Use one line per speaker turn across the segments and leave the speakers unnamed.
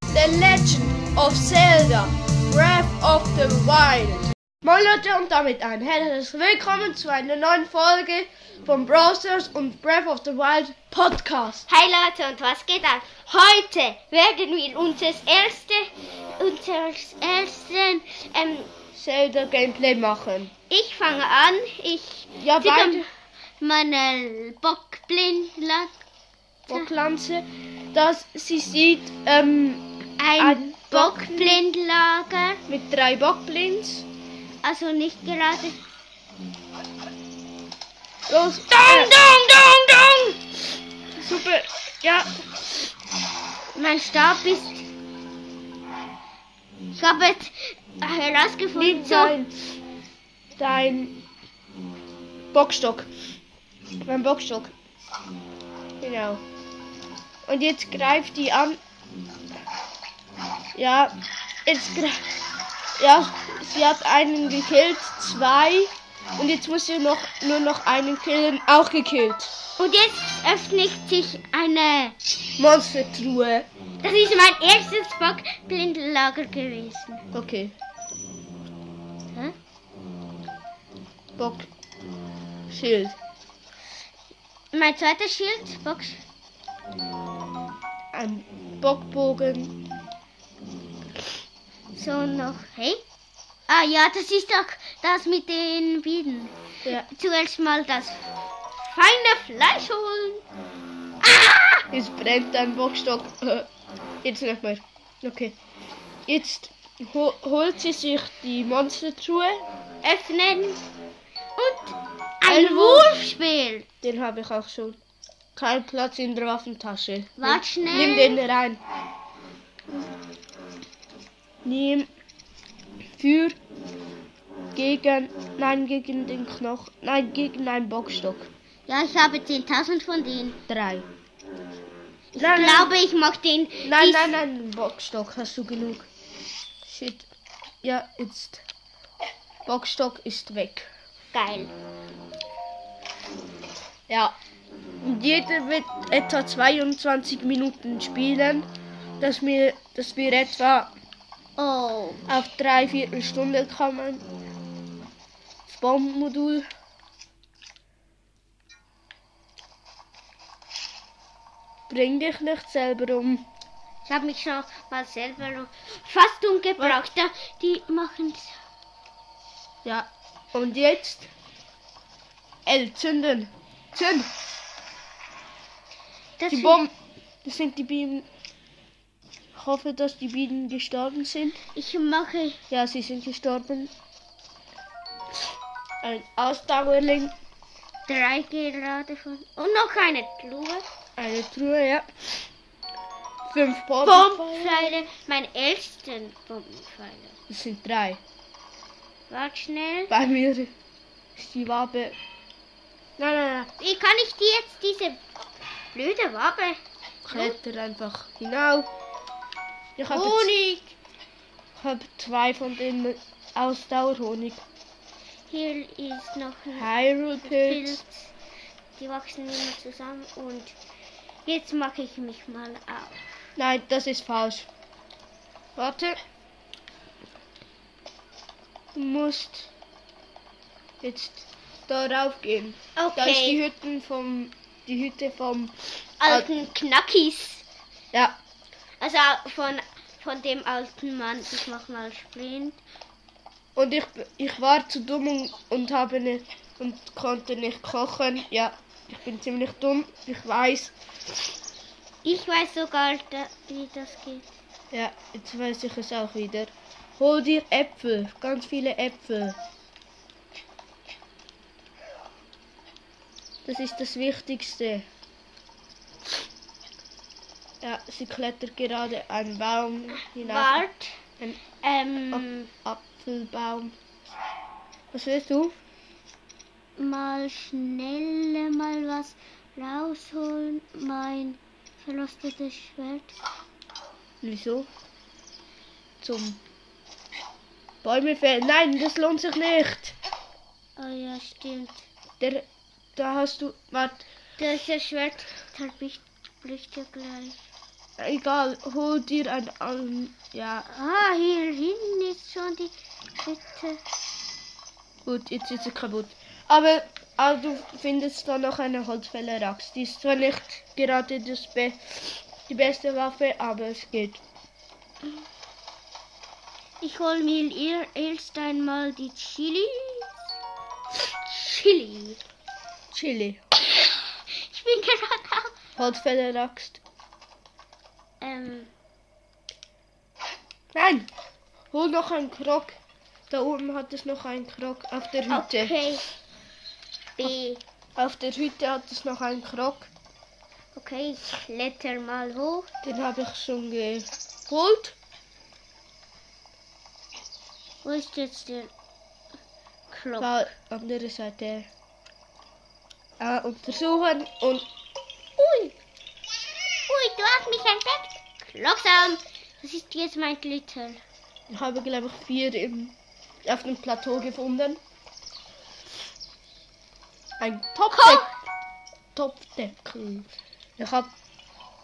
The Legend of Zelda Breath of the Wild. Moin Leute und damit ein herzliches Willkommen zu einer neuen Folge vom Browsers und Breath of the Wild Podcast.
Hi Leute und was geht ab? Heute werden wir unseres erste, unseres ersten, ähm,
Zelda Gameplay machen.
ich fange an, ich
Ja,
zieh
beide
meine Bockblindlack
Bocklanze, dass sie sieht ähm,
ein,
Ein
Bockblindlager,
mit drei Bockblins.
also nicht gerade.
Los,
Dong, dong, dong, dong!
äh, super, ja,
Mein Stab ist. Ich habe jetzt herausgefunden,
nimm
so,
dein, dein Bockstock. Mein Bockstock. Genau. Und jetzt greift die an. Ja, jetzt greift. Ja, sie hat einen gekillt, zwei. Und jetzt muss sie noch, nur noch einen killen, auch gekillt.
und jetzt öffnet sich eine
Monstertruhe.
Das ist mein erstes Bockblindlager gewesen.
Okay,
Hä?
Bock. Schild.
Mein zweites Schild, Bock,
Ein Bockbogen.
so noch, hey? Ah ja, das ist doch das mit den Bienen.
Ja.
Zuerst mal das feine Fleisch holen.
Jetzt brennt dein Bockstock. Jetzt nicht mehr. Okay. Jetzt ho holt sie sich die Monstertruhe.
Öffnen. Und
Ein
ein Wurfspiel.
Den habe ich auch schon. Kein Platz in der Waffentasche.
Wart
Nimm
schnell.
den rein. Nimm für gegen nein gegen den Knochen nein gegen einen Bockstock.
Ja, ich habe 10.000 von denen.
Drei.
Ich
Nein, nein.
glaube, ich mag den.
Nein,
dies-
nein, nein, Bockstock hast du genug. Shit. Ja, jetzt. Bockstock ist weg.
Geil.
Ja. Und jeder wird etwa 22 Minuten spielen, dass wir, dass wir etwa
Oh.
auf drei Viertelstunde kommen. Das Bombenmodul. Bring dich nicht selber um.
Ich habe mich schon mal selber fast umgebracht. Da, die machen das.
Ja. Und jetzt? L, zünden. Zünd.
das
Die
ist-
Bomben. Das sind die Bienen. Ich hoffe, dass die Bienen gestorben sind.
Ich mache.
Ja, sie sind gestorben. Ein Ausdauerling.
Drei gerade von. Und noch eine Truhe.
Eine Truhe, ja. Fünf Bomben.
Bombenpfeile. Mein ersten Bombenpfeile.
Das sind drei.
Wart schnell.
Bei mir ist die Wabe. Nein, nein, nein.
Wie kann ich dir jetzt diese blöde Wabe?
Kletter einfach hinauf. Ich habe
Honig.
hab zwei von den Ausdauerhonig.
Hier ist noch
Halt.
ein
Hyrule Pilz.
Pilz. Die wachsen immer zusammen. Und jetzt mache ich mich mal auf.
Nein, das ist falsch. Warte. Du musst jetzt darauf gehen. Da ist die
Okay.
Hütte vom die Hütte vom
Alten Knackis.
ja,
Also von, von dem alten Mann, ich mach mal Sprint.
und ich ich war zu dumm und, und habe nicht und konnte nicht kochen. Ja, ich bin ziemlich dumm. Ich weiß.
Ich weiß sogar, da, wie das geht.
Ja, jetzt weiß ich es auch wieder. Hol dir Äpfel, ganz viele Äpfel. Das ist das Wichtigste. Ja, sie klettert gerade einen Baum hinauf.
Wart.
Ein
Ähm,
Apfelbaum. Was willst du?
mal schnell mal was rausholen. Mein verrostetes Schwert.
Wieso? Zum Bäume fällen. Nein, das lohnt sich nicht.
Oh ja, stimmt.
Der, da hast du. Warte.
Das Schwert habe ich bricht ja gleich.
Egal, hol dir ein, ein ja,
Ah, hier hinten ist schon die dritte.
gut, jetzt ist sie kaputt. Aber ah, du findest da noch eine Holzfäller-Axt. Die ist zwar nicht gerade das Be die beste Waffe, aber es geht.
Ich hol mir ihr- erst einmal die Chili. Chili.
Chili.
Ich bin gerade auf.
Holzfäller-Axt.
Ähm,
Nein! Hol noch einen Krog. Da oben hat es noch einen Krog auf der Hütte.
okay. B.
Auf der Hütte hat es noch einen Krog.
Okay, ich kletter mal hoch.
Den habe ich schon geholt.
Wo ist jetzt der Knopf?
Da andere Seite äh, untersuchen und ui,
Ui, du hast mich entdeckt. Langsam. Das ist jetzt mein Glitter.
ich habe glaube ich vier im, auf dem Plateau gefunden. Ein Topfdeck, Topfdeckel. Ich habe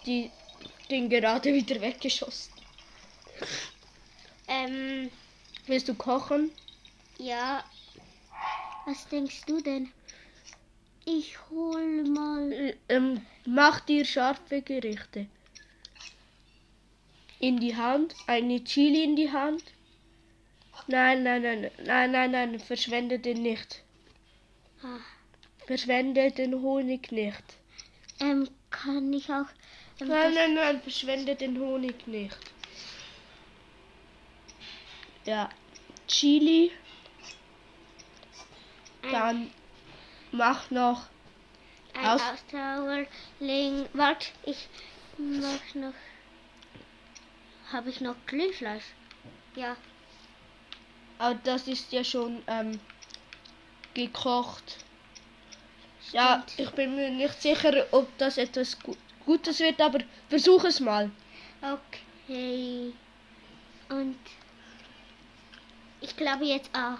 die den gerade wieder weggeschossen.
Ähm,
Willst du kochen?
ja. Was denkst du denn? Ich hol mal.
Äh, Ähm, mach dir scharfe Gerichte. In die Hand, eine Chili in die Hand. Nein, nein, nein, nein, nein, nein, verschwende den nicht.
Ah,
Verschwende den Honig nicht.
ähm, kann ich auch.
Nein,
Ähm, das-
nein, nein, verschwende den Honig nicht. Ja, Chili, dann mach noch
Ein
aus-
Ausdauerling. Warte, ich mach noch. Habe ich noch Glühfleisch? Ja.
Aber das ist ja schon ähm, gekocht. Ja, ich bin mir nicht sicher, ob das etwas Gu- Gutes wird, aber versuch es mal.
Okay. Und ich glaube jetzt auch.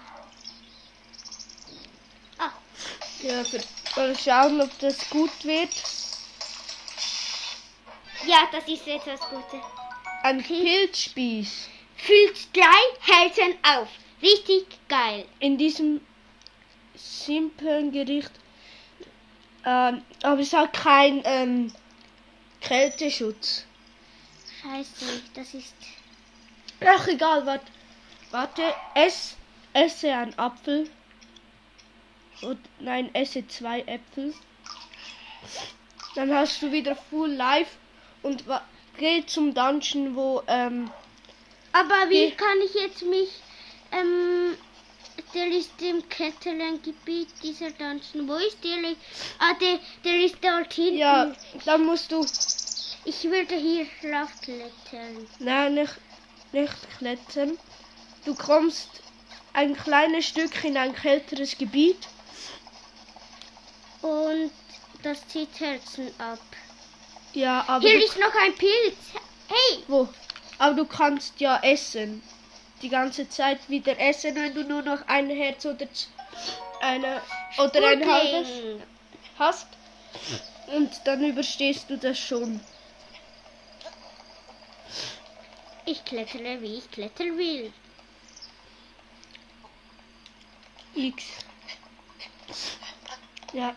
Ah,
Ja, wir mal schauen, ob das gut wird.
ja, das ist jetzt das Gute.
Ein Pilzspieß.
Füllt drei Hälsen auf. Richtig geil.
In diesem simplen Gericht. Ähm, aber es hat keinen ähm, Kälteschutz.
Scheiße, das ist.
Ach, egal, warte. Warte, ess, esse einen Apfel. Und, nein, esse zwei Äpfel. Dann hast du wieder Full Life und wa- geh zum Dungeon, wo, ähm,
Aber wie
Wie-
kann ich jetzt mich. Ähm, der ist im Ketterland-Gebiet, dieser Dungeon. Wo ist der? Ah, der, der ist dort hinten.
ja, dann musst du,
Ich würde hier raufklettern.
nein, nicht, nicht klettern. Du kommst ein kleines Stück in ein kälteres Gebiet.
Und das zieht Herzen ab.
Ja, aber,
Hier
du-
ist noch ein Pilz. Hey,
wo? Aber du kannst ja essen. Die ganze Zeit wieder essen, wenn du nur noch ein Herz oder z- eine oder ein halbes
Pudding.
hast. Und dann überstehst du das schon.
Ich klettere, wie ich klettern will.
X. Ja,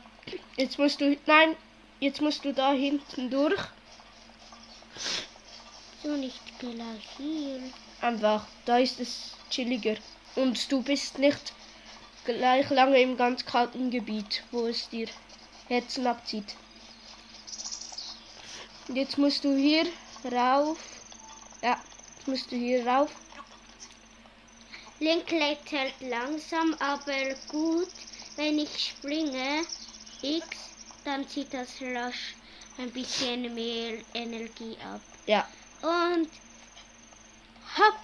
jetzt musst du. Nein, jetzt musst du da hinten durch.
So nicht gleich hier.
Einfach, da ist es chilliger. Und du bist nicht gleich lange im ganz kalten Gebiet, wo es dir Herzen abzieht. Und jetzt musst du hier rauf. Ja, jetzt musst du hier rauf.
Link klettert langsam, aber gut. Wenn ich springe, X, dann zieht das rasch ein bisschen mehr Energie ab.
Ja,
Und hopp.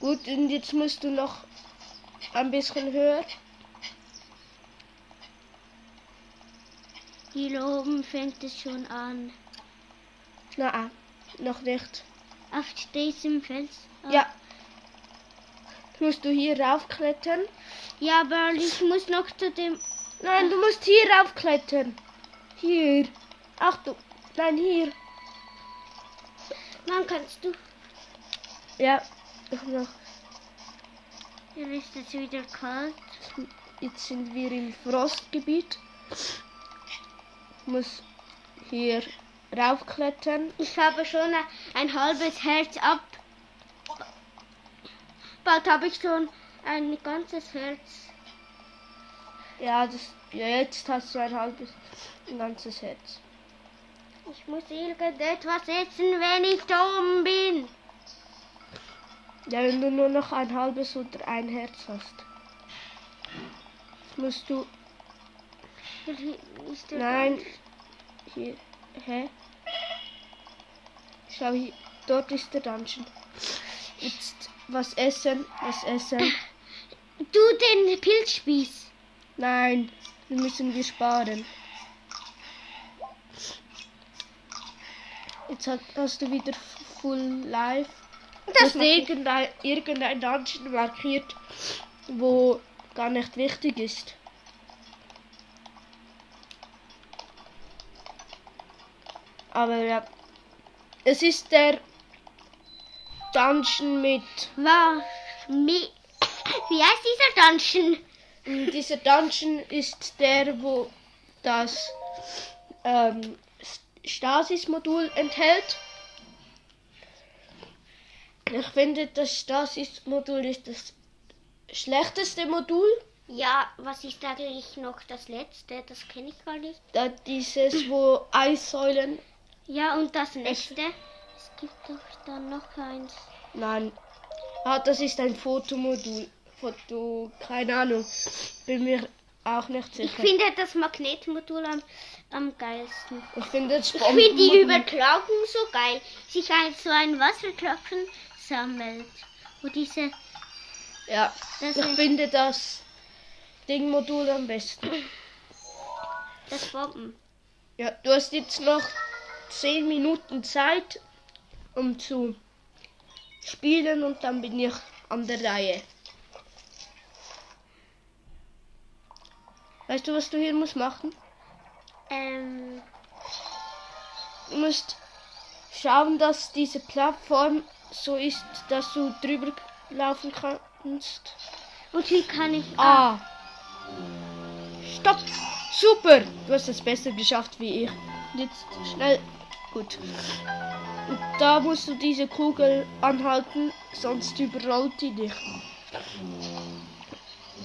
gut. Und jetzt musst du noch ein bisschen höher.
Hier oben fängt es schon an.
Na, ah, noch nicht.
Auf diesem Fels.
Ja. Jetzt musst du hier raufklettern.
Ja, aber ich muss noch zu dem.
Nein, du musst hier raufklettern. Hier. Achtung. Nein, hier.
Wann kannst du?
Ja, ich hab noch.
Dann ist es wieder kalt.
Jetzt sind wir im Frostgebiet. Ich muss hier raufklettern.
Ich habe schon ein, ein halbes Herz ab. Bald habe ich schon ein ganzes Herz.
Ja, das, ja, jetzt hast du ein halbes, ein ganzes Herz.
Ich muss irgendetwas essen, wenn ich da oben bin.
Ja, wenn du nur noch ein halbes oder ein Herz hast. Jetzt musst du,
Ist das
nein, hier, hä? Schau hier, dort ist der Dungeon. Jetzt, was essen, was essen.
alles? Du den Pilzspieß.
Nein, wir müssen wir sparen. Jetzt hat, hast du wieder f- Full Life. Das ist irgendein, irgendein Dungeon markiert, wo gar nicht wichtig ist. Aber ja, es ist der Dungeon mit
War mi Wie heißt dieser Dungeon?
Und dieser Dungeon ist der, wo das ähm, S- Stasis-Modul enthält. Ich finde, das Stasis-Modul ist das schlechteste Modul.
Ja, was ist eigentlich noch das letzte? Das kenne ich gar nicht.
Da dieses, wo Eissäulen.
Ja, und das nächste? Es gibt doch dann noch eins.
Nein. Ah, das ist ein Fotomodul. Foto. Keine Ahnung. Bin mir auch nicht
Ich
sicher.
finde das Magnetmodul am, am geilsten.
Ich finde das
Ich finde die
Bombenmodul-
über Glocken so geil. Sich ein, so ein Wassertropfen sammelt. Wo diese.
Ja,
Das
ich
ist-
finde das Ding-Modul am besten.
Das Bomben.
Ja, du hast jetzt noch 10 Minuten Zeit, um zu spielen und dann bin ich an der Reihe. Weißt du, was du hier musst machen?
Ähm.
Du musst schauen, dass diese Plattform so ist, dass du drüber laufen kannst.
Und wie kann ich.
Ah. Stopp. Super. Du hast es besser geschafft wie ich. Und Jetzt schnell. Gut. Und da musst du diese Kugel anhalten, sonst überrollt die dich.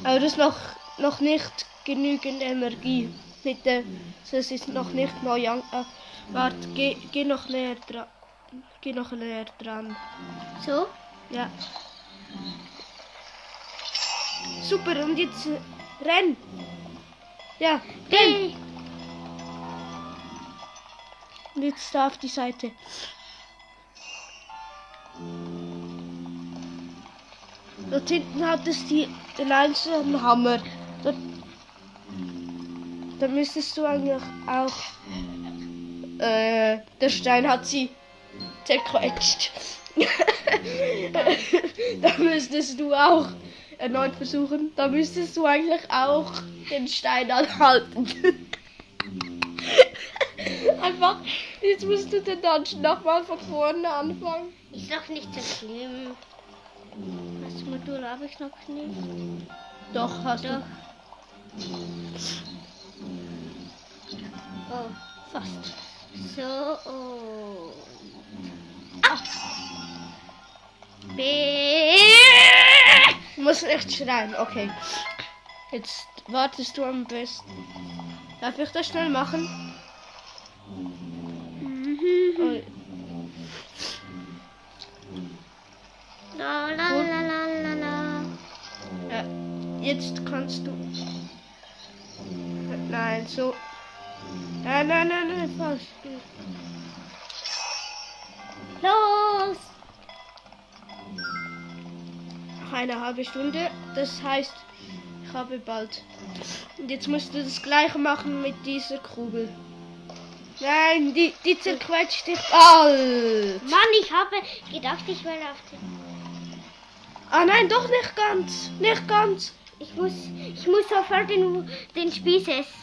Aber das ist noch, noch nicht genügend Energie. Mit der, das ist noch nicht neu an. Äh, warte, geh, geh noch näher dran. Geh noch näher dran.
So?
Ja. Super, und jetzt äh, renn. Ja, renn.
Hey.
Und jetzt da auf die Seite. Dort hinten hat es die, den einzelnen Hammer. Dort, da müsstest du eigentlich auch... Äh, der Stein hat sie zerquetscht. da müsstest du auch erneut versuchen. Da müsstest du eigentlich auch den Stein anhalten. Einfach, jetzt musst du den Dungeon nochmal von vorne anfangen.
Ist doch nicht so schlimm. Das Modul habe ich noch nicht.
Doch, hast
Doch.
du
Oh.
fast.
So. Oh. Ah. B.
Du musst echt schreien, okay. Jetzt wartest du am besten. Darf ich das schnell machen? Oh,
La la la la la la.
ja. Jetzt kannst du. Nein, so. Nein, nein, nein, nein, falsch.
Los!
Noch eine halbe Stunde. Das heißt, ich habe bald. Und jetzt musst du das gleiche machen mit dieser Kugel. Nein, die, die zerquetscht dich bald.
Mann, ich habe gedacht, ich wäre auf dem.
Ah nein, doch nicht ganz. Nicht ganz.
Ich muss, ich muss sofort den, den Spieß essen.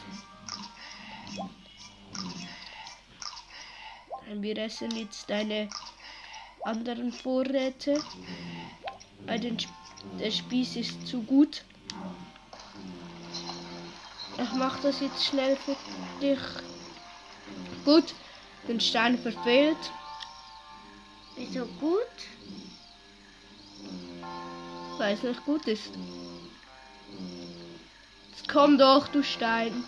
Nein, wir essen jetzt deine anderen Vorräte. Weil den, Sp- der Spieß ist zu gut. Ich mach das jetzt schnell für dich. Gut, den Stein verfehlt.
Wieso gut?
weil es nicht gut ist. Jetzt komm doch, du Stein.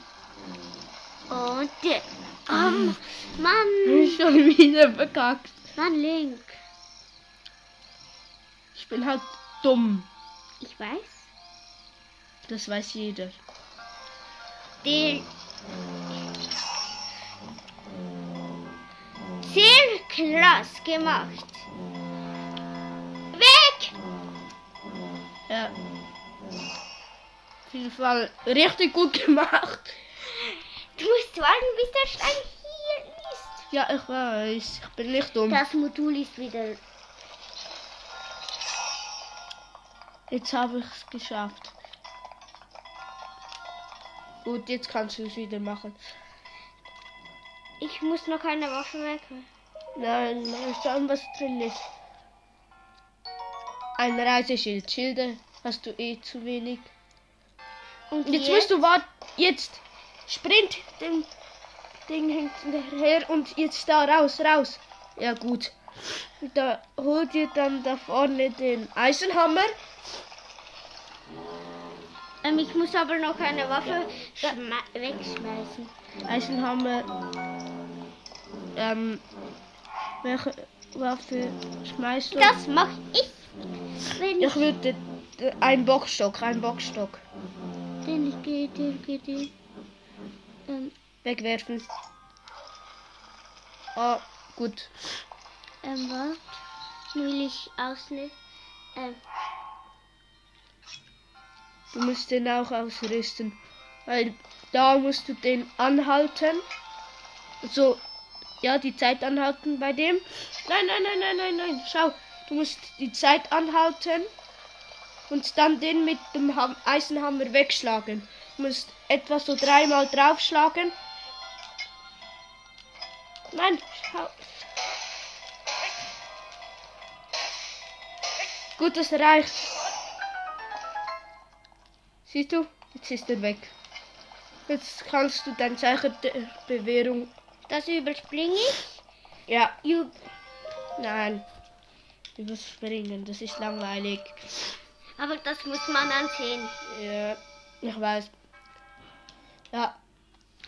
Und der. Oh, Mann,
Ich bin wieder verkackt.
Mann, Link.
Ich bin halt dumm.
Ich weiß.
Das weiß jeder.
Den. Sehr krass gemacht. Weg!
Ja. Auf jeden Fall richtig gut gemacht.
Du musst warten, bis der Stein hier ist.
Ja, ich weiß. Ich bin nicht dumm.
Das Modul ist wieder.
Jetzt habe ich es geschafft. Gut, jetzt kannst du es wieder machen.
Ich muss noch eine Waffe weg.
Nein, mal schauen, was drin ist. Ein Reiseschild. Schilder hast du eh zu wenig.
Und
Jetzt musst du warten. Jetzt sprint dem Ding hinterher und jetzt da raus, raus. Ja, gut. Und da hol dir dann da vorne den Eisenhammer.
Ähm, ich muss aber noch eine Waffe schme- wegschmeißen.
Eisenhammer. Ähm. Welche Waffe schmeißt du?
Das mache ich. Wenn ich
Ich würde ein Bockstock, ein Bockstock
Denn ich gehe, den, gehe, den. Ähm,
wegwerfen. Ah, gut.
ähm, warte. Nun Will ich ausnehmen. Ähm,
Du musst den auch ausrüsten. Weil da musst du den anhalten. So, ja, die Zeit anhalten bei dem. Nein, nein, nein, nein, nein, nein. Schau, du musst die Zeit anhalten und dann den mit dem Ham Eisenhammer wegschlagen. Du musst etwa so dreimal draufschlagen. Nein, schau. Gut, das reicht. Siehst du, jetzt ist er weg. Jetzt kannst du dein Zeichen der Bewährung.
das überspringe ich.
Ja,
Ju-
nein. Überspringen, das ist langweilig.
Aber das muss man ansehen.
Ja, ich weiß. Ja.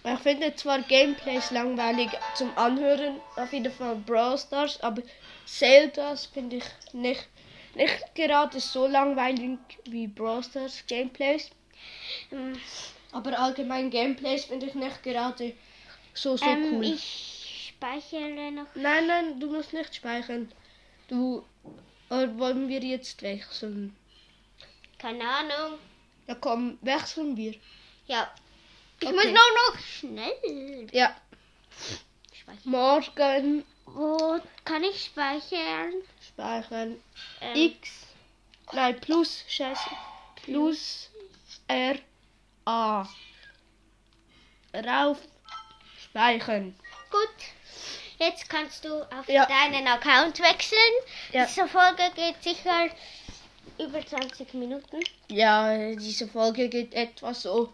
Ich finde zwar Gameplays langweilig zum Anhören, auf jeden Fall Brawl Stars, aber Zeldas finde ich nicht, nicht gerade so langweilig wie Brawl Stars Gameplays.
Ähm,
Aber allgemein Gameplays finde ich nicht gerade so, so
ähm,
cool.
Ich speichere noch.
Nein, nein, du musst nicht speichern. Du. Oder wollen wir jetzt wechseln?
Keine Ahnung.
Ja, komm, wechseln wir.
Ja. Ich
Okay.
muss noch, noch schnell
Ja,
speichern.
morgen
Wo kann ich speichern?
speichern.
Ähm,
X. Nein, plus, scheiße. Plus R A. Rauf. Speichern.
Gut. Jetzt kannst du auf
Ja.
deinen Account wechseln.
Ja.
Diese Folge geht sicher über 20 Minuten.
Ja, diese Folge geht etwa so.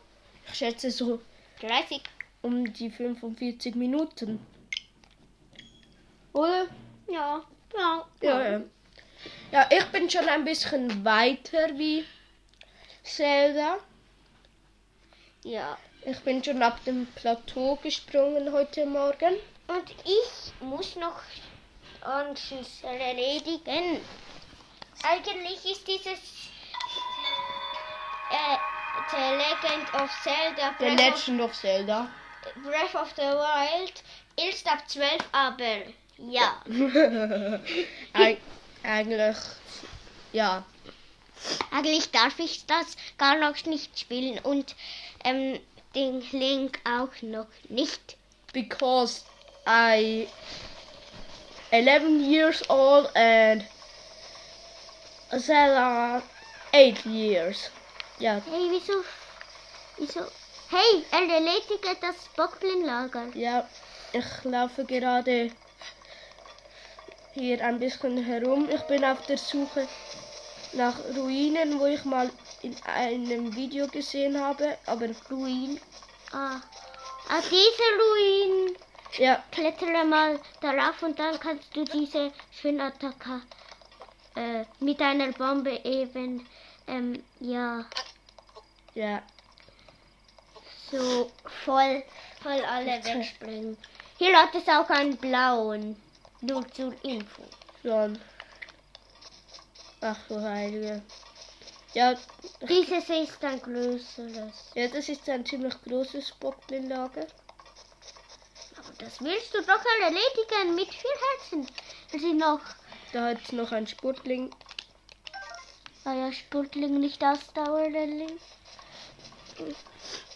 Ich schätze so
30.
um die 45 Minuten. Oder?
Ja. Ja.
Ja, ja. Ja, ich bin schon ein bisschen weiter wie Zelda.
Ja.
Ich bin schon ab dem Plateau gesprungen heute Morgen.
Und ich muss noch Anschluss erledigen. Eigentlich ist dieses äh, The Legend of Zelda
The
Breath of,
Legend of Zelda.
Breath of the Wild ist ab 12, aber ja.
Eig eigentlich, ja.
Eigentlich darf ich das gar noch nicht spielen und ähm, den Link auch noch nicht.
Because I 11 years old and Zelda 8 years. Ja,
Hey, wieso? Wieso? Hey, er erledigt das Bockblindlager.
Ja, ich laufe gerade hier ein bisschen herum. Ich bin auf der Suche nach Ruinen, wo ich mal in einem Video gesehen habe. Aber Ruin,
Ah, ah diese Ruinen.
ja,
Klettere mal darauf und dann kannst du diese Schönattacke äh, mit einer Bombe eben, ähm, ja,
ja,
so voll, voll alle wegspringen. Hier hat es auch einen blauen, nur zur Info.
schon. Ach du Heilige. Ja,
Dieses ist ein größeres.
ja, das ist ein ziemlich großes Bockblindlager.
Aber das willst du doch erledigen mit vier Herzen. Will sie noch,
Da hat es noch ein Sportling.
ah ja, Spurtling nicht ausdauerlich.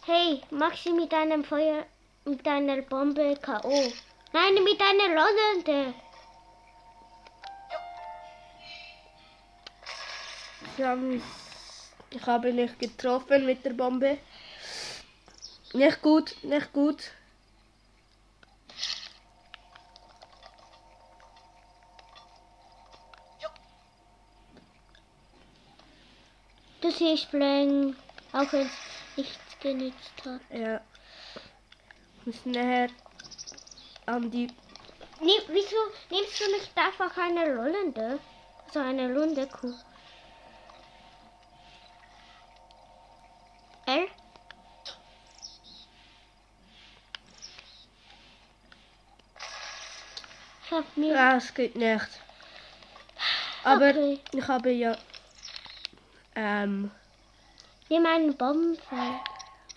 Hey, mach sie mit einem Feuer, mit einer Bombe K.O. Nein, mit einer Rollende.
Ich habe, ich habe nicht getroffen mit der Bombe. Nicht gut, nicht gut.
Das hier sprengen, auch wenn es nichts genützt hat.
Ja. Muss näher an die.
Nee, wieso nimmst du nicht einfach eine Rollende? So eine runde Kuh. L? Ich hab mir.
Ah, es geht nicht. Aber
Okay.
ich habe ja. Ähm,
Nimm einen Bombenfall.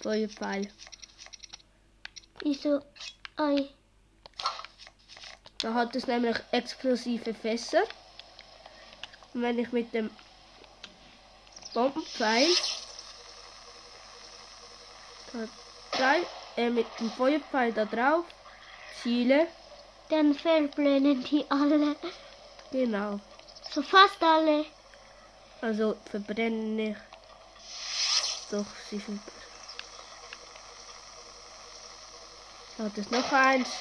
Feuerpfeil.
Wieso? Ei.
Da hat es nämlich explosive Fässer. Und wenn ich mit dem Bombenpfeil da drei, äh, mit dem Feuerpfeil da drauf ziele,
Dann verbrennen die alle.
genau.
So fast alle.
Also verbrennen nicht. Doch, sie sind. Da hat es noch eins.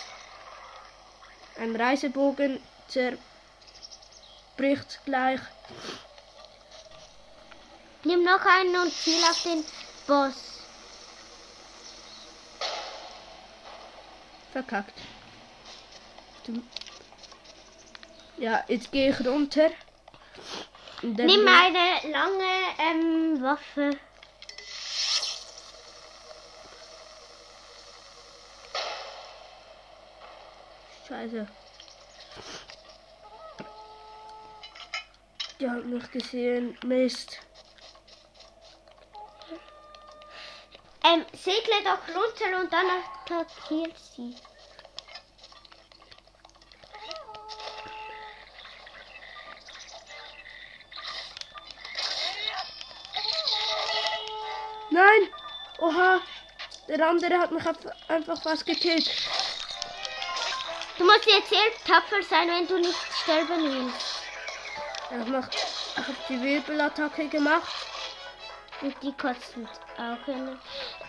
Ein Reisebogen zerbricht gleich.
Nimm noch einen und ziel auf den Boss.
Verkackt. Dumm. Ja, jetzt gehe ich runter. Und dann
Nimm eine lange ähm, Waffe.
Scheiße. Die hat mich gesehen. Mist.
Ähm, segle doch runter und dann attackiert sie.
Nein! Oha! Der andere hat mich einfach- einfach fast gekillt.
Du musst jetzt sehr tapfer sein, wenn du nicht sterben willst.
Ich mach- ich hab die Wirbelattacke gemacht.
Und die kotzen auch immer.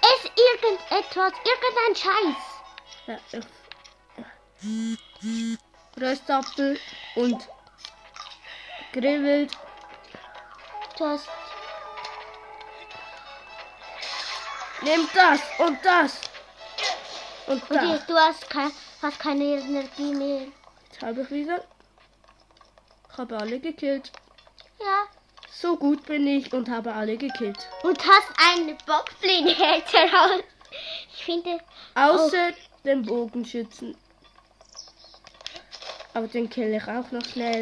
Es irgendetwas, irgendein Scheiß.
Ja, ich. Röstapfel und Grillwild.
Du hast
Nimm das und das! Und
Und
das.
du hast, kein, hast keine Energie mehr.
Jetzt habe ich wieder. Ich habe alle gekillt.
Ja.
So gut bin ich und habe alle gekillt.
Und hast einen Bockblindherz heraus. Ich finde,
Außer den Bogenschützen. Aber den kill ich auch noch schnell.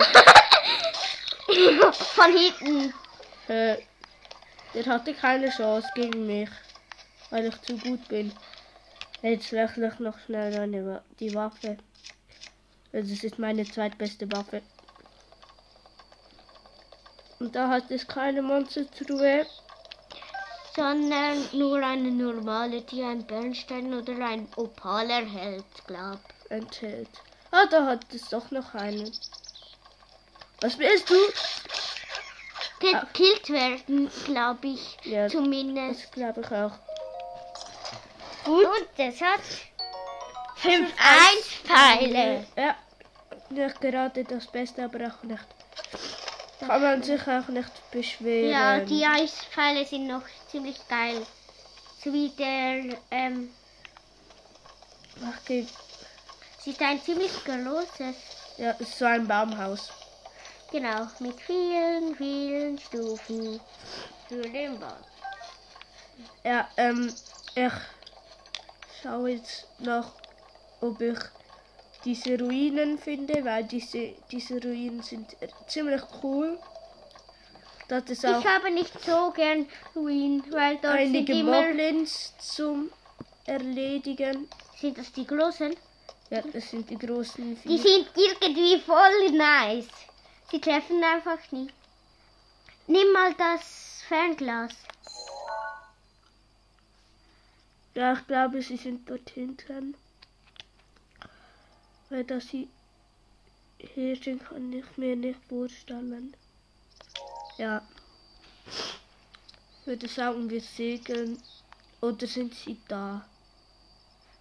von hinten.
Äh, der hatte keine Chance gegen mich, weil ich zu gut bin. Jetzt wechsle ich noch schnell eine, Wa- die Waffe. Das ist meine zweitbeste Waffe. Und da hat es keine Monstertruhe.
Sondern nur eine normale, die ein Bernstein oder ein Opal erhält, glaub.
enthält. Ah, da hat es doch noch einen. Was willst du?
Gekillt werden, glaube ich.
Ja.
Zumindest.
Das glaube ich auch.
Gut. Und es hat 5-1 Pfeile.
Ja, nicht gerade das Beste, aber auch nicht. Kann man sich auch nicht beschweren.
Ja, die Eisfälle sind noch ziemlich geil. So wie der, ähm,
Ach, geht.
es ist ein ziemlich großes,
Ja, ist so ein Baumhaus.
genau, mit vielen, vielen Stufen für den Ball.
Ja, ähm, ich schaue jetzt nach, ob ich diese Ruinen finde, weil diese, diese Ruinen sind ziemlich cool. Das ist auch
Ich habe nicht so gern Ruin, weil dort sind
einige
immer,
Moblins zum Erledigen.
sind das die großen?
Ja, das sind die großen
Die
Viecher.
sind irgendwie voll nice. Sie treffen einfach nie. Nimm mal das Fernglas.
Ja, ich glaube, sie sind dort hinten. Weil dass sie hier sind, kann ich mir nicht vorstellen. Ja. Ich würde sagen, wir segeln. Oder sind sie da?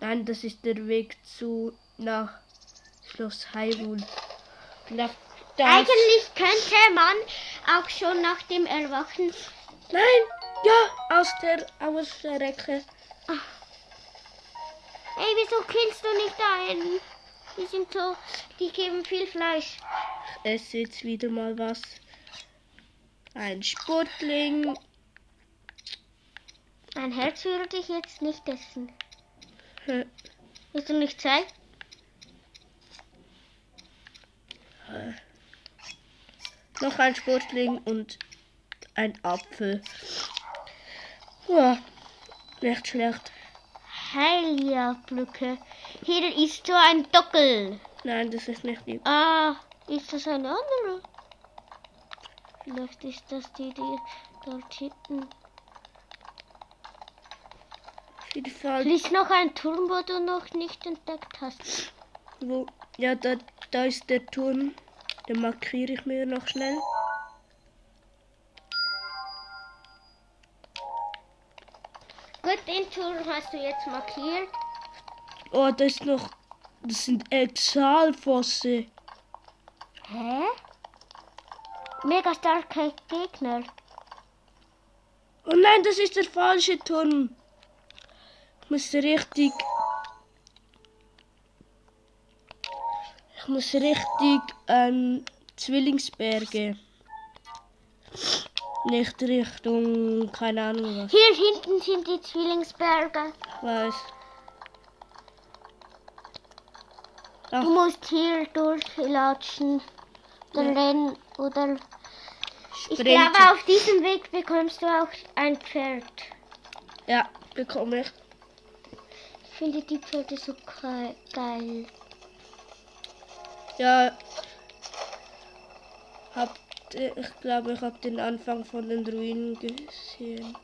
Nein, das ist der Weg zu nach Schloss Heimul. Nach das-
Eigentlich könnte man auch schon nach dem Erwachen.
Nein! Ja! Aus der Ausstrecke.
Ey, wieso killst du nicht einen? Die sind so, die geben viel Fleisch.
esse jetzt wieder mal was. Ein Sportling.
Mein Herz würde ich jetzt nicht essen.
Hä?
Willst du nicht zwei?
Noch ein Sportling und ein Apfel. Ja, nicht schlecht.
Heilia-Brücke. Hier ist so ein Dockel.
Nein, das ist nicht lieb.
Ah, ist das eine andere? Vielleicht ist das die, die dort hinten.
Auf jeden Fall,
Lies noch ein Turm, wo du noch nicht entdeckt hast.
wo, ja, da, da ist der Turm. Den markiere ich mir noch schnell.
Gut, den Turm hast du jetzt markiert.
Oh, da ist noch. Das sind Exalfosse.
Hä? Mega starke Gegner.
Oh nein, das ist der falsche Turm. Ich muss richtig. Ich muss richtig ähm, Zwillingsberge. Nicht Richtung, keine Ahnung was.
Hier hinten sind die Zwillingsberge.
Ich weiß.
Du
Ach,
musst hier durchlatschen. Dann rennen oder. Ich
Sprint.
glaube, auf diesem Weg bekommst du auch ein Pferd.
Ja, bekomme ich.
Ich finde die Pferde so ge- geil.
Ja. Hab, ich glaube, ich habe den Anfang von den Ruinen gesehen.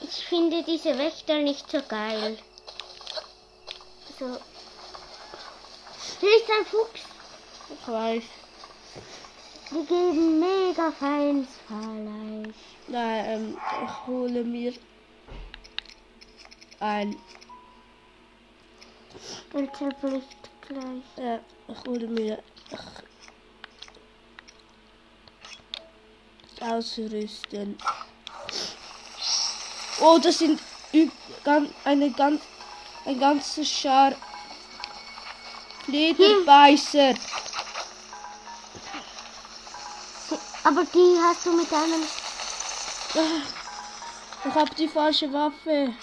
Ich finde diese Wächter nicht so geil. So. Hier ist ein Fuchs.
Ich weiß.
Die geben mega feines Fleisch.
Nein, ähm, ich hole mir ein,
Und zerbricht gleich.
äh, ich hole mir ach, ausrüsten. Oh, das sind üb- gan- eine ganz, ein ganzer Schar Lederbeißer.
Aber die hast du mit einem.
Ah, Ich habe die falsche Waffe.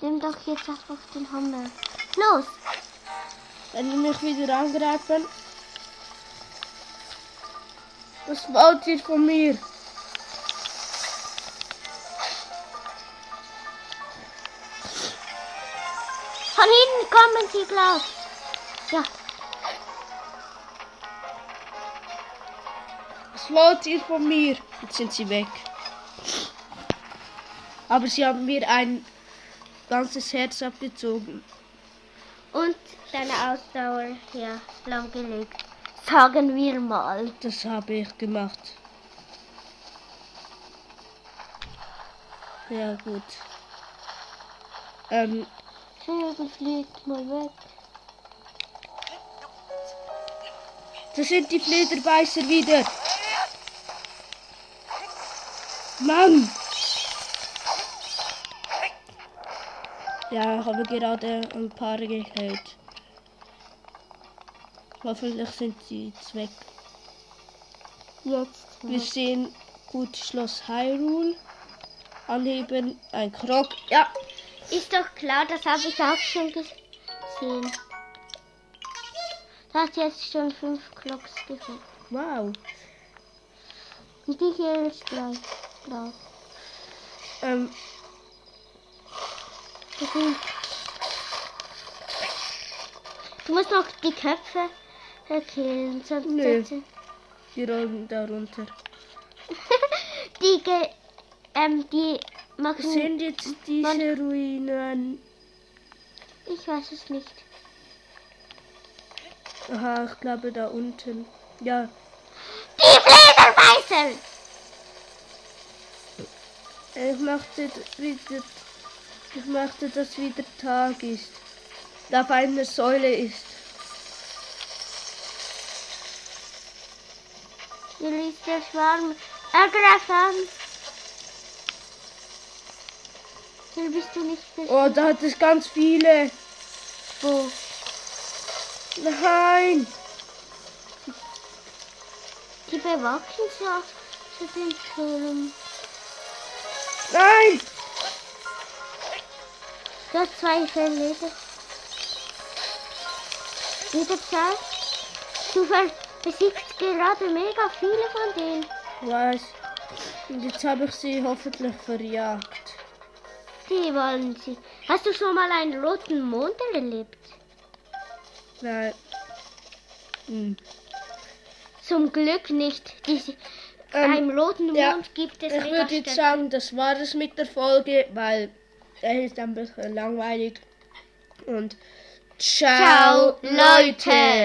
Nimm doch jetzt einfach den Hammer. Los!
Wenn die mich wieder angreifen. Das wollt ihr von mir?
Von hinten kommen sie gleich. Ja,
Was wollt ihr von mir? Jetzt sind sie weg. Aber sie haben mir ein ganzes Herz abgezogen.
und deine Ausdauer hier lahmgelegt. Sagen wir mal.
Das habe ich gemacht. Ja, gut. Ähm,
Vögel fliegt mal weg.
Da sind die Flederbeißer wieder. Mann! Ja, ich habe gerade ein paar gehört. Hoffentlich sind sie jetzt weg.
Jetzt.
Wir sehen gut Schloss Hyrule. Anheben, ein Krog. Ja,
Ist doch klar, das habe ich auch schon gesehen. Da hat jetzt schon fünf Glocks gefällt.
wow.
Und die hier ist gleich drauf.
Ähm,
Das sind- Du musst noch die Köpfe äh, killen, sonst
Nö.
sonst-
die rollen da runter.
die ge ähm, die machen.
Sind jetzt diese Ruinen?
Ich weiß es nicht.
Aha, ich glaube da unten. Ja,
Die Flederbeißer!
ich möchte wieder, ich möchte, dass wieder Tag ist. Da auf einer Säule ist.
Hier liegt der Schwarm. Ergreif an! Hier bist du nicht der
Oh, da hat es ganz viele.
Wo?
Nein!
Die bewachen sie auch zu den Türmen.
Nein!
Du hast zwei Verleger. Wieder Zeit. Du ver besiegst gerade mega viele von denen.
Was? Und jetzt habe ich sie hoffentlich verjagt.
Die wollen sie. Hast du schon mal einen roten Mond erlebt?
Nein. Hm.
Zum Glück nicht. Diese,
Ähm,
beim roten
ja.
Mond gibt es
Ich
mega
würde jetzt
Stärke.
sagen, das war es mit der Folge, weil es ist ein bisschen langweilig. Und ciao,
Ciao, Leute.
Leute.